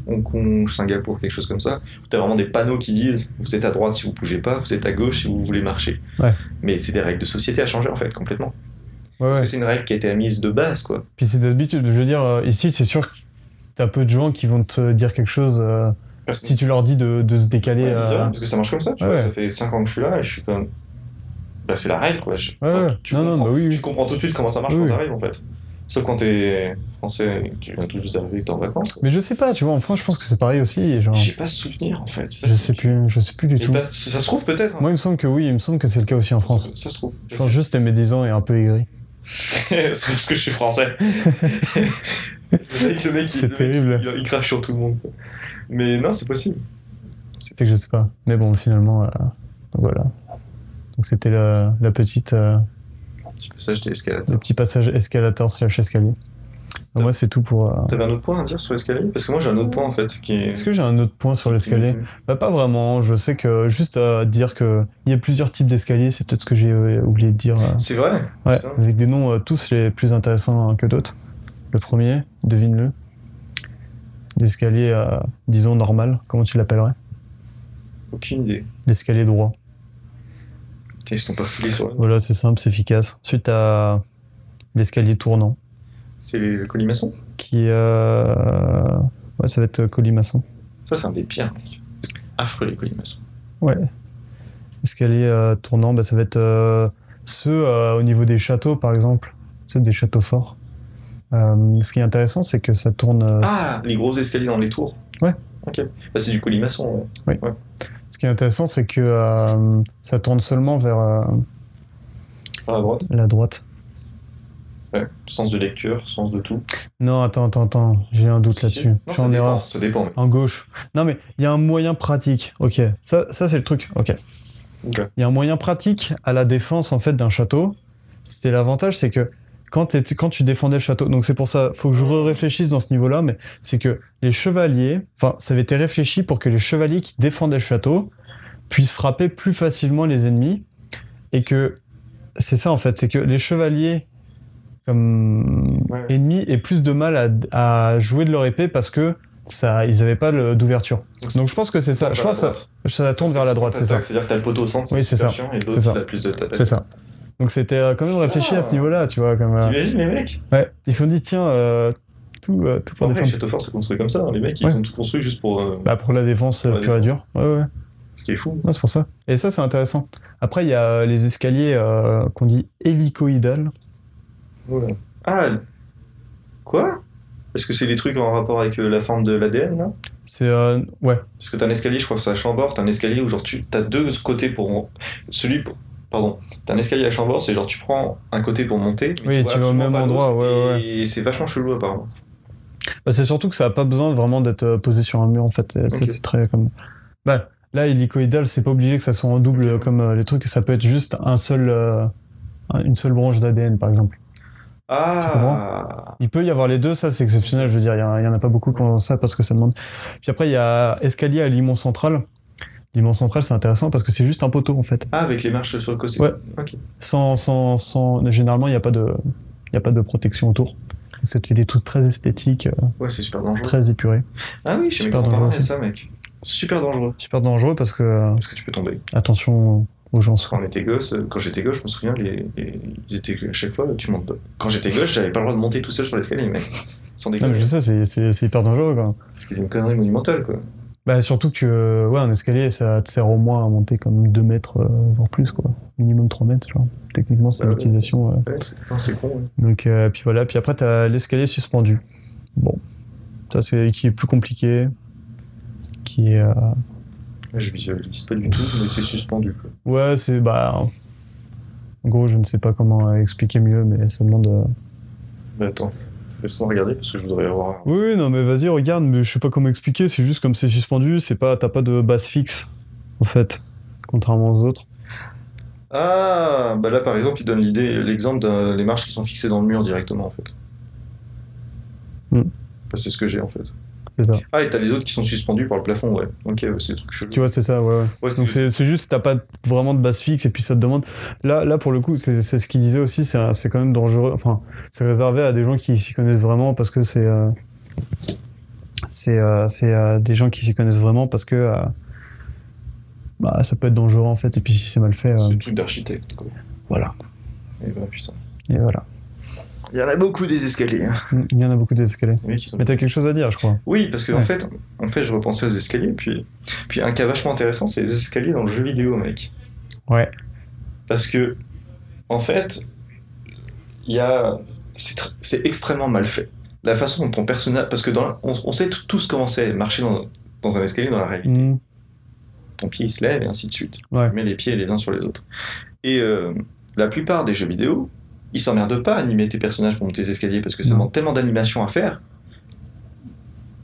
Hong Kong, Singapour, quelque chose comme ça. où T'as vraiment des panneaux qui disent vous êtes à droite si vous bougez pas, vous êtes à gauche si vous voulez marcher.
Ouais.
Mais c'est des règles de société à changer en fait complètement.
Ouais,
Parce
ouais.
que c'est une règle qui a été mise de base quoi.
Puis c'est d'habitude. Je veux dire, euh, ici, c'est sûr que t'as peu de gens qui vont te dire quelque chose euh, si tu leur dis de, de se décaler.
Ouais, 10 heures,
euh,
parce que ça marche comme ça, tu
ouais,
vois,
ouais.
ça fait 5 ans que je suis là et je suis comme. Bah, c'est la règle quoi. Je-
Ouais, ouais.
Tu,
Non, non,
comprends,
bah oui, oui.
tu comprends tout de suite comment ça marche
Oui,
quand
oui.
t'arrives en fait. Sauf quand t'es français et que tu viens tout juste d'arriver et que t'es en vacances. quoi.
Mais je sais pas. Tu vois, en France, je pense que c'est pareil aussi. et Genre,
J'ai pas ce souvenir en fait.
je sais plus. Je sais plus du
J'ai
tout.
pas- Ça se trouve peut-être. hein.
Moi, il me semble que oui. Il me semble que c'est le cas aussi en France.
Ça, ça se trouve.
Je pense juste t'es médisant et un peu aigri.
C'est parce que je suis français. le mec, le mec, il-
C'est
le mec,
terrible.
il, il crache sur tout le monde. quoi. Mais non, c'est possible.
Fait que je sais pas. Mais bon, finalement, euh, donc voilà. Donc c'était la, la petite, euh,
Un petit passage des escalades.
le petit passage escalator slash escalier. Alors moi, c'est tout pour. euh,
T'avais un autre point à dire sur l'escalier Parce que moi j'ai un autre point en fait qui est.
Est-ce que j'ai un autre point sur l'escalier Bah pas vraiment. Je sais que juste à dire que il y a plusieurs types d'escaliers, c'est peut-être ce que j'ai euh, oublié de dire. euh.
C'est vrai
Ouais,
putain.
avec des noms euh, tous les plus intéressants hein, que d'autres. Le premier, devine-le. L'escalier, euh, disons normal. Comment tu l'appellerais
Aucune idée.
L'escalier droit.
Putain, ils sont pas foulés sur le nom.
Voilà, c'est simple, c'est efficace. Ensuite, t'as l'escalier tournant.
C'est les colimaçons
qui euh, ouais ça va être colimaçon
Ça, c'est un des pires. mec. Affreux, les colimaçons.
ouais escalier euh, tournant bah, ça va être euh, ceux euh, au niveau des châteaux par exemple c'est des châteaux forts Euh, ce qui est intéressant c'est que ça tourne euh,
Ah Les gros escaliers dans les tours
Ouais.
Ok. Bah, c'est du colimaçon. ouais.
ce qui est intéressant c'est que euh, ça tourne seulement vers euh,
Par la droite.
la droite
Ouais. Sens de lecture, sens de tout.
non attends attends attends j'ai un doute là-dessus
Non,
je suis
ça
en
dépend,
erreur
Ça dépend. mec.
en gauche non mais il y a un moyen pratique ok ça ça c'est le truc ok
Ok.
Il y a un moyen pratique à la défense en fait d'un château. C'était l'avantage, c'est que quand, t'étais- quand tu défendais le château, donc c'est pour ça, faut que je réfléchisse dans ce niveau-là, mais c'est que les chevaliers, enfin, ça avait été réfléchi pour que les chevaliers qui défendaient le château puissent frapper plus facilement les ennemis, et que c'est ça en fait, c'est que les chevaliers comme
Ouais.
ennemis aient plus de mal à, à jouer de leur épée parce que ça, ils n'avaient pas le- d'ouverture. Donc je pense que c'est ça. Je pense que ça, ça tourne vers la droite, Bah, c'est ça.
C'est-à-dire que t'as le poteau au centre,
Oui, c'est ça.
sûr, et
C'est
l'autre,
ça.
t'as plus de ta
C'est ça. Donc c'était euh, quand même réfléchi à ce niveau-là, tu vois. Comme, euh,
T'imagines les mecs
ouais. Ils se sont dit, tiens, euh, tout, euh, tout pour
En vrai,
défendre.
Château Fort se construit comme ça. hein. Les mecs,
Ouais.
ils ont tout construit juste pour. euh,
Bah, pour la défense
Pour la
euh, pure et dure. Ouais, ouais.
Ce qui est fou.
Non, c'est pour ça. Et ça, c'est intéressant. Après, il y a euh, les escaliers euh, qu'on dit hélicoïdales.
Ouais. Ah Quoi Est-ce que c'est des trucs en rapport avec euh, la forme de l'ADN là
C'est. euh, ouais.
Parce que t'as un escalier, je crois que c'est à Chambord, t'as un escalier où genre tu t'as deux côtés pour. mon- Celui pour. Pardon, t'as un escalier à Chambord, c'est genre tu prends un côté pour monter. mais
Oui, tu vas au
absolument
même
pas
endroit,
l'autre,
ouais,
Et c'est vachement chelou apparemment.
Bah, c'est surtout que ça n'a pas besoin vraiment d'être euh, posé sur un mur, en fait. C'est-
Ok.
C'est très comme. Bah, là, hélicoïdal, c'est pas obligé que ça soit en double
Ok.
euh, comme euh, les trucs. Ça peut être juste un seul, euh, un- une seule branche d'ADN, par exemple.
Ah
Il peut y avoir les deux, ça c'est exceptionnel, je veux dire, il y en a- il y en a pas beaucoup quand ça parce que ça demande. Puis après, il y a escalier à Limon Central. Limon Central, c'est intéressant parce que c'est juste un poteau en fait.
Ah, avec les marches sur le côté.
Ouais.
Ok.
Sans, sans, sans... Généralement, il n'y a, pas de... il y a pas de protection autour. Donc Ça te fait des trucs très esthétiques, euh,
Ouais, c'est super dangereux.
très épurés.
Ah oui, chez mes
Super
grands-parents,
dangereux
il y a ça, mec. Super dangereux.
Super dangereux parce que, euh,
Parce que tu peux tomber.
attention aux gens.
Quand on était gosse, euh, quand j'étais gosse, je me souviens, les, les- ils étaient à chaque fois, tu montes pas. Quand j'étais gosse, j'avais pas le droit de monter tout seul sur l'escalier, mec. Sans
Non, mais
déconner.
je sais, c'est- c'est c'est hyper dangereux quoi.
Parce qu'il y a une connerie monumentale, quoi.
Bah, surtout que, euh, ouais, un escalier, ça te sert au moins à monter comme 2 mètres, euh, voire plus quoi. Minimum 3 mètres, genre. Techniquement, c'est
Bah ouais.
l'utilisation. euh,
Ouais, c'est- non, c'est con, ouais.
Donc, euh, puis voilà, puis après, tu as l'escalier suspendu. Bon, ça, c'est qui est plus compliqué. Qui est. euh,
Ouais, Je visualise pas du tout, mais c'est suspendu, quoi.
Ouais, c'est. Bah. En gros, je ne sais pas comment euh, expliquer mieux, mais ça demande. euh,
Mais attends, laisse-moi regarder, parce que je voudrais avoir... un-
Oui, oui, non, mais vas-y, regarde, mais je sais pas comment expliquer, c'est juste comme c'est suspendu, c'est pas, t'as pas de base fixe, en fait, contrairement aux autres.
Ah Bah là, par exemple, il donne l'idée, l'exemple de- des marches qui sont fixées dans le mur directement, en fait.
Hmm.
Bah, c'est ce que j'ai, en fait.
C'est ça.
Ah, et t'as les autres qui sont suspendus par le plafond, ouais. Ok, ouais, c'est des trucs chelous.
Tu vois, c'est ça, ouais, ouais.
Ouais,
Donc
c'est-
c'est c'est juste, t'as pas vraiment de base fixe et puis ça te demande. Là, là pour le coup, c'est c'est ce qu'il disait aussi, c'est un- c'est quand même dangereux. Enfin, c'est réservé à des gens qui s'y connaissent vraiment parce que c'est. euh, c'est euh, c'est, euh, des gens qui s'y connaissent vraiment parce que. euh, bah, ça peut être dangereux en fait, et puis si c'est mal fait, euh,
c'est des trucs d'architecte, quoi.
voilà.
Et bah, putain.
Et voilà.
Il y en a beaucoup des escaliers. hein.
Mm, Il y en a beaucoup d'escaliers.
Les mecs, ils ont-
Mais t'as quelque chose à dire, je crois.
Oui, parce que en
Ouais.
fait, en fait, je repensais aux escaliers, puis, puis un cas vachement intéressant, c'est les escaliers dans le jeu vidéo, mec.
Ouais.
Parce que, en fait, il y a, c'est tr- c'est extrêmement mal fait. La façon dont ton personnage, parce que dans, la- on, on sait tout- tous comment c'est marcher dans, dans un escalier dans la réalité.
Mm,
Ton pied il se lève et ainsi de suite.
Ouais.
Tu mets les pieds les uns sur les autres. Et euh, la plupart des jeux vidéo, ils s'emmerdent pas à animer tes personnages pour monter les escaliers parce que ça
Non.
demande tellement d'animation à faire.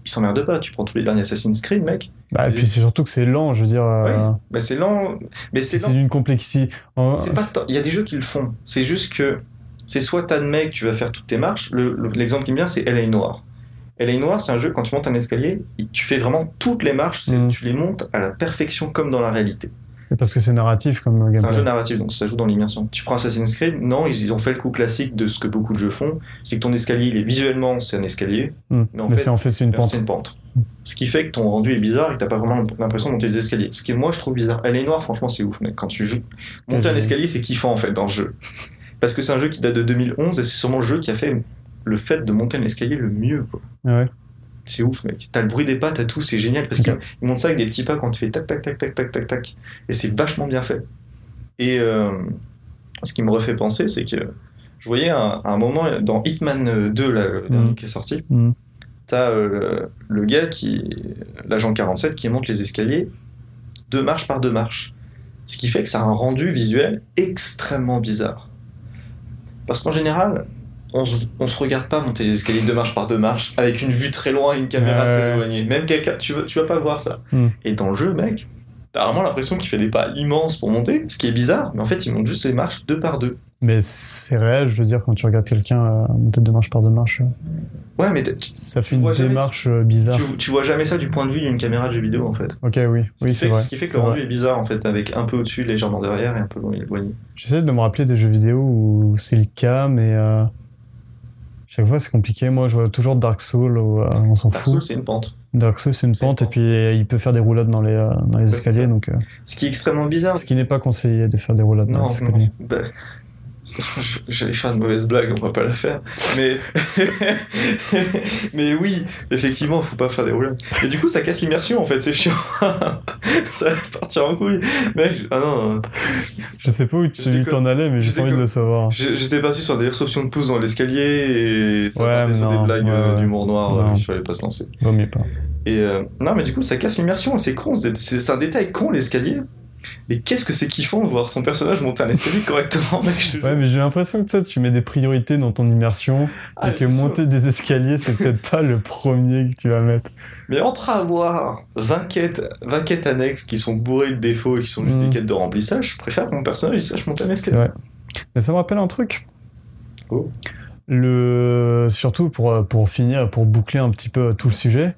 Ils s'emmerdent pas. Tu prends tous les derniers Assassin's Creed, mec.
Bah, et puis c'est surtout que c'est lent, je veux dire. euh,
Bah, c'est lent, mais c'est
c'est
lent.
d'une complexité. en-
C'est pas tant- Il y a des jeux qui le font. C'est juste que c'est soit t'as le mec, tu vas faire toutes tes marches. Le- le- L'exemple qui me vient, c'est LA Noir. LA Noir, c'est un jeu, quand tu montes un escalier, il- tu fais vraiment toutes les marches, c'est-
Mhm.
tu les montes à la perfection comme dans la réalité.
Parce que c'est narratif comme euh, gameplay.
C'est un jeu narratif, donc ça joue dans l'immersion. Tu prends Assassin's Creed, non, ils, ils ont fait le coup classique de ce que beaucoup de jeux font, c'est que ton escalier, il est visuellement, c'est un escalier,
Mm.
mais en
Mais
fait,
c'est en fait, c'est une
alors,
pente. Mm.
c'est une pente. Ce qui fait que ton rendu est bizarre et que t'as pas vraiment l'impression de monter les escaliers. Ce qui, moi, je trouve bizarre. Elle est noire, franchement, c'est ouf, mec. Quand tu joues, monter un
génial.
escalier, c'est kiffant, en fait, dans le jeu. Parce que c'est un jeu qui date de 2011 et c'est sûrement le jeu qui a fait le fait de monter un escalier le mieux, quoi.
Ah Ouais.
C'est ouf, mec. T'as le bruit des pas, t'as tout, c'est génial parce
Ok.
qu'ils ils montent ça avec des petits pas quand tu fais tac, tac, tac, tac, tac, tac, tac. Et c'est vachement bien fait. Et euh, ce qui me refait penser, c'est que je voyais un, un moment dans Hitman 2, là, le dernier qui est sorti,
Mm.
t'as euh, le, le gars qui, l'agent 47, qui monte les escaliers deux marches par deux marches. Ce qui fait que ça a un rendu visuel extrêmement bizarre. Parce qu'en général, on se, on se regarde pas monter les escaliers deux marches par deux marches avec une vue très loin et une caméra
Ouais, ouais.
très éloignée. Même quelqu'un, tu, veux- tu vas pas voir ça.
Hmm.
Et dans le jeu, mec, t'as vraiment l'impression qu'il fait des pas immenses pour monter, ce qui est bizarre, mais en fait, il monte juste les marches deux par deux.
Mais c'est réel, je veux dire, quand tu regardes quelqu'un euh, monter de marche par deux marches,
Ouais, mais t- tu,
ça
Tu
fait une
vois jamais-
démarche euh, bizarre.
tu- tu vois jamais ça du point de vue d'une caméra de jeu vidéo en fait.
Ok, oui,
Ce
oui,
qui
c'est
fait-
vrai.
Ce qui fait que
c'est
le
vrai.
rendu est bizarre en fait, avec un peu au-dessus, légèrement derrière et un peu loin éloigné.
J'essaie de me rappeler des jeux vidéo où c'est le cas, mais euh, chaque fois c'est compliqué. Moi, je vois toujours Dark Souls, où, euh, on s'en
Dark Souls,
fout.
c'est une pente.
Dark Souls, c'est une
c'est
pente,
une
et puis euh, il peut faire des roulades dans les, euh, dans les
c'est
escaliers,
ça.
donc euh,
Ce qui est extrêmement bizarre.
ce qui n'est pas conseillé de faire des roulades
Non,
dans les
non.
escaliers.
Bah, je- J'allais faire une mauvaise blague, on va pas la faire. Mais, mais oui, effectivement, faut pas faire des roulades. Et du coup, ça casse l'immersion en fait, c'est chiant. ça va partir en couille. Mec, je- ah non,
Je sais pas où tu
Je
où t'en allais, mais
Je
j'ai pas envie de
déconne.
le savoir.
je- j'étais parti sur des réceptions de pouces dans l'escalier et ça
Ouais,
partait
mais
sur
non,
des blagues
ouais,
euh,
ouais.
d'humour noir,
Non.
euh, il fallait pas se lancer.
Vaut mieux pas.
Et euh, non, mais du coup, ça casse l'immersion, c'est con, c'est c'est un détail con l'escalier. Mais qu'est-ce que c'est kiffant de voir ton personnage monter un escalier correctement, mec, je te jure.
Ouais, mais j'ai l'impression que ça, tu mets des priorités dans ton immersion,
Ah,
et que
c'est sûr.
monter des escaliers, c'est peut-être pas le premier que tu vas mettre.
Mais entre avoir 20 quêtes, 20 quêtes annexes qui sont bourrées de défauts et qui sont juste
Mhm.
des quêtes de remplissage, je préfère que mon personnage il sache monter un
C'est
escalier.
vrai. Mais ça me rappelle un truc.
Oh.
Le... Surtout pour, euh, pour finir, pour boucler un petit peu tout le sujet,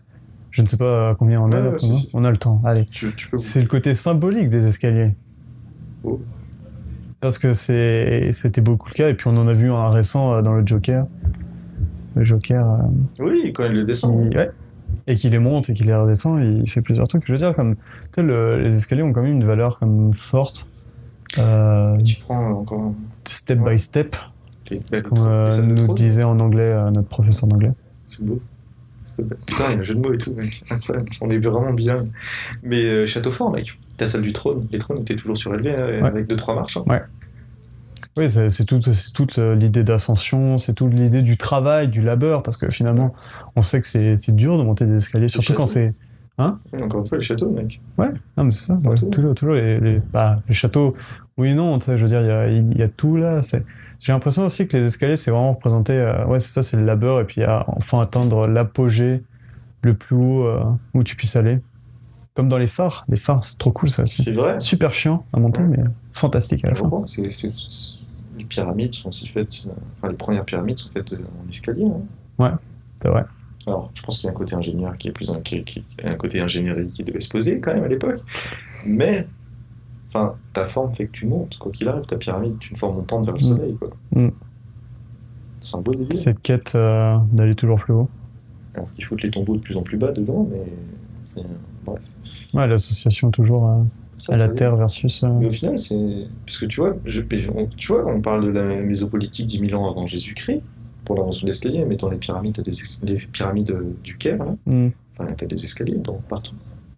je ne sais pas à combien on est
Ouais,
là,
ouais,
pour
si,
moi.
si.
on a le temps, allez.
Tu, tu peux
C'est le côté symbolique des escaliers.
Oh.
Parce que c'est- c'était beaucoup le cas, et puis on en a vu un récent euh, dans le Joker. Le Joker, euh,
Oui, quand il le
qui-
descend.
ouais. et qui les monte et qui les redescend, il fait plusieurs trucs. Je veux dire, comme, tu sais, le- les escaliers ont quand même une valeur comme forte, euh,
Tu prends euh, encore
step
Ouais.
by step,
les, la- le
comme
trône,
euh,
les salles de
nous
trône.
disait en anglais euh, notre professeur d'anglais.
C'est beau. C'est- Putain, il y a un jeu de mots et tout, mec. Incroyable. On est vraiment bien. Mais euh, château fort, mec. La salle du trône. Les trônes étaient toujours surélevés hein,
Ouais.
avec deux trois marches. hein.
Oui, c'est c'est tout- c'est toute euh, l'idée d'ascension, c'est toute l'idée du travail, du labeur, parce que finalement, on sait que c'est c'est dur de monter des escaliers, surtout
château.
quand c'est.
Et encore une fois, les châteaux, mec.
Non, mais c'est ça, ouais,
Partout.
toujours, toujours les, les, bah, les châteaux. Oui, et non, tu sais, je veux dire, il y a- il y, a tout là. c'est- J'ai l'impression aussi que les escaliers, c'est vraiment représenté. euh, ouais, c'est ça, c'est le labeur, et puis à enfin atteindre l'apogée le plus haut euh, où tu puisses aller. Comme dans les phares. Les phares, c'est trop cool ça aussi.
C'est vrai.
Super chiant à monter,
Ouais.
mais fantastique à la fin.
Pourquoi C'est- c'est- c'est- Les pyramides sont aussi faites. euh, Enfin, les premières pyramides sont faites euh, en escalier. hein.
C'est vrai.
Alors, je pense qu'il y a un côté ingénieur qui est plus un, qui- qui- un côté ingénierie qui devait se poser quand même à l'époque. Mais, enfin, ta forme fait que tu montes, quoi qu'il arrive. Ta pyramide, tu une forme montante vers le
Mm.
soleil, quoi.
Mm.
C'est un beau délire.
Cette quête euh, d'aller toujours plus haut.
Alors qu'ils foutent les tombeaux de plus en plus bas dedans, mais. c'est- Bref.
Ouais, l'association toujours euh,
Ça,
à la
ça-
terre versus. euh,
Mais au final, c'est. Parce que tu vois, je- on, tu vois, on parle de la mésopolitique 10 000 ans avant Jésus-Christ, pour l'invention de l'escalier, mais dans les pyramides, t'as des ex- les pyramides euh, du Caire, là,
hmm.
Enfin, t'as des escaliers dans, partout.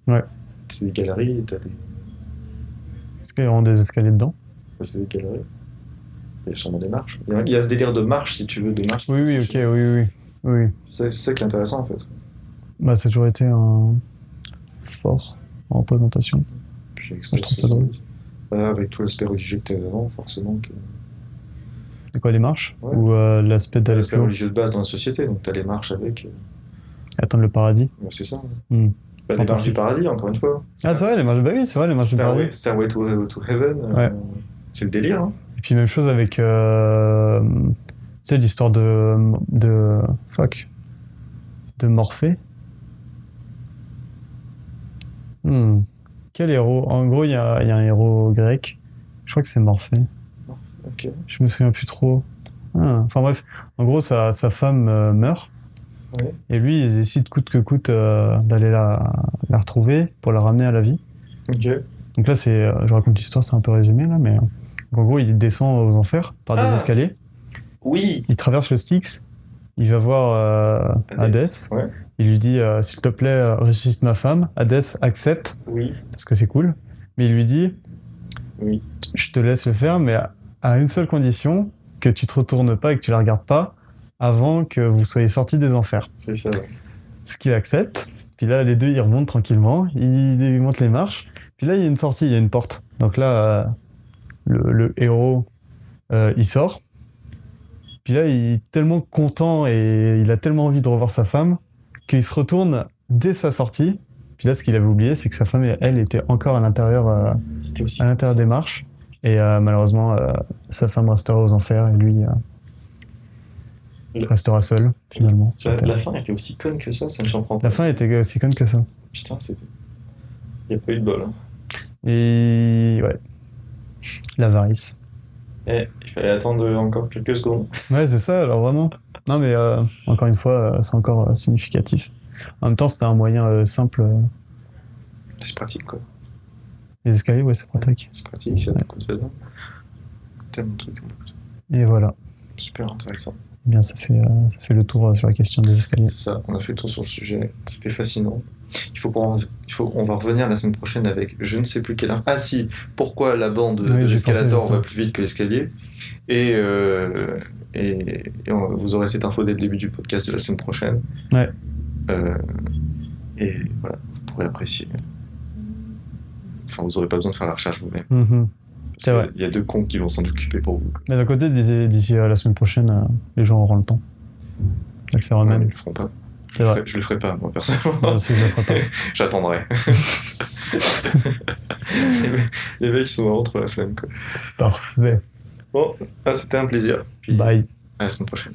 Ouais.
C'est des galeries, t'as des.
Est-ce qu'il y a vraiment des escaliers dedans
C'est des galeries. Il y a sûrement des marches. Il y a- Il y a ce délire de marche, si tu veux, de marche.
Oui, oui, ok, oui, oui. oui.
C'est c'est ça qui est intéressant, en fait.
Bah, ça a toujours été un fort en représentation.
Puis,
je trouve ça drôle.
Ouais, Bah, avec tout l'aspect religieux que t'avais avant, forcément. Que...
De quoi les marches
Ouais.
Ou euh, l'aspect
T'as
d'aller
l'aspect
plus haut,
religieux de base dans la société, donc t'as les marches avec. euh,
atteindre le paradis
ouais, c'est ça. hein.
Hmm.
Bah, les marches
Fantastique.
du paradis, encore une fois. hein.
Ah, c'est vrai, les marches. Bah oui, c'est vrai, les marches du
Stairway-
paradis.
Stairway to, to Heaven. euh,
Ouais.
c'est le délire. Hein.
Et puis, même chose avec. euh, tu sais, l'histoire de, de. Fuck. De Morphée. Hmm. Quel héros En gros, il y a, il y a un héros grec. Je crois que c'est Morphée.
Ok.
Je me souviens plus trop. Ah, Enfin bref, en gros, sa, sa femme euh, meurt.
Ouais.
Et lui, il décide coûte que coûte euh, d'aller la, la retrouver pour la ramener à la vie.
Ok.
Donc là, c'est, euh, je raconte l'histoire, c'est un peu résumé là, mais euh, en gros, il descend aux enfers par des
Ah.
escaliers.
Oui.
Il traverse le Styx. Il va voir euh, Hadès.
Ouais.
Il lui dit euh, S'il te plaît, euh, ressuscite ma femme. Hadès accepte
Oui.
parce que c'est cool. Mais il lui dit
Oui.
Je te laisse le faire, mais à- à une seule condition que tu te retournes pas et que tu la regardes pas avant que vous soyez sortis des enfers.
C'est ça.
Ce qu'il accepte. Puis là, les deux, ils remontent tranquillement. Ils, ils montent les marches. Puis là, il y a une sortie, il y a une porte. Donc là, euh, le, le héros, euh, il sort. Puis là, il est tellement content et il a tellement envie de revoir sa femme qu'il se retourne dès sa sortie. Puis là, ce qu'il avait oublié, c'est que sa femme, elle, était encore à l'intérieur euh,
C'était aussi.
à l'intérieur des marches. Et euh, malheureusement, euh, sa femme restera aux enfers et lui euh,
Le-
restera seul, finalement. sur
La,
Terre.
la fin était aussi conne que ça, ça me surprend pas.
La fin était aussi conne que ça.
Putain, c'était. Il a pas eu de bol. hein.
Et ouais. L'avarice.
Eh, il fallait attendre encore quelques secondes.
Ouais, c'est ça, alors vraiment. Non, mais euh, encore une fois, euh, c'est encore euh, significatif. En même temps, c'était un moyen euh, simple. euh,
C'est pratique, quoi.
les escaliers, ouais, c'est pratique.
C'est pratique, ça
Ouais.
te coûte dedans. Tellement de trucs,
Et voilà.
super intéressant.
Eh bien, ça fait, euh, ça fait le tour euh, sur la question des escaliers.
C'est ça, on a fait le tour sur le sujet, c'était fascinant. Il faut qu'on il faut, on va revenir la semaine prochaine avec je ne sais plus quel. Ah si, pourquoi la bande
Oui,
de
j'ai pensé
l'escalator
à ça.
va plus vite que l'escalier Et, euh, et, et on- vous aurez cette info dès le début du podcast de la semaine prochaine.
Ouais.
Euh, et voilà, vous pourrez apprécier. Enfin, vous n'aurez pas besoin de faire la recherche vous-même.
Mhm.
Parce
C'est
que
vrai.
Il y a deux cons qui vont s'en occuper pour vous.
Mais d'un côté, d'ici d'ici, euh, la semaine prochaine, euh, les gens auront le temps de le faire
Ouais, mais
eux-mêmes.
ils le feront pas. Je
C'est
le,
vrai.
ferai, je le ferai pas, moi,
Moi
personnellement.
aussi, je le ferai pas.
J'attendrai. les, mecs- les mecs, ils sont vraiment trop la flemme. Quoi.
Parfait.
Bon, ah, c'était un plaisir. Puis,
Bye.
À la semaine prochaine.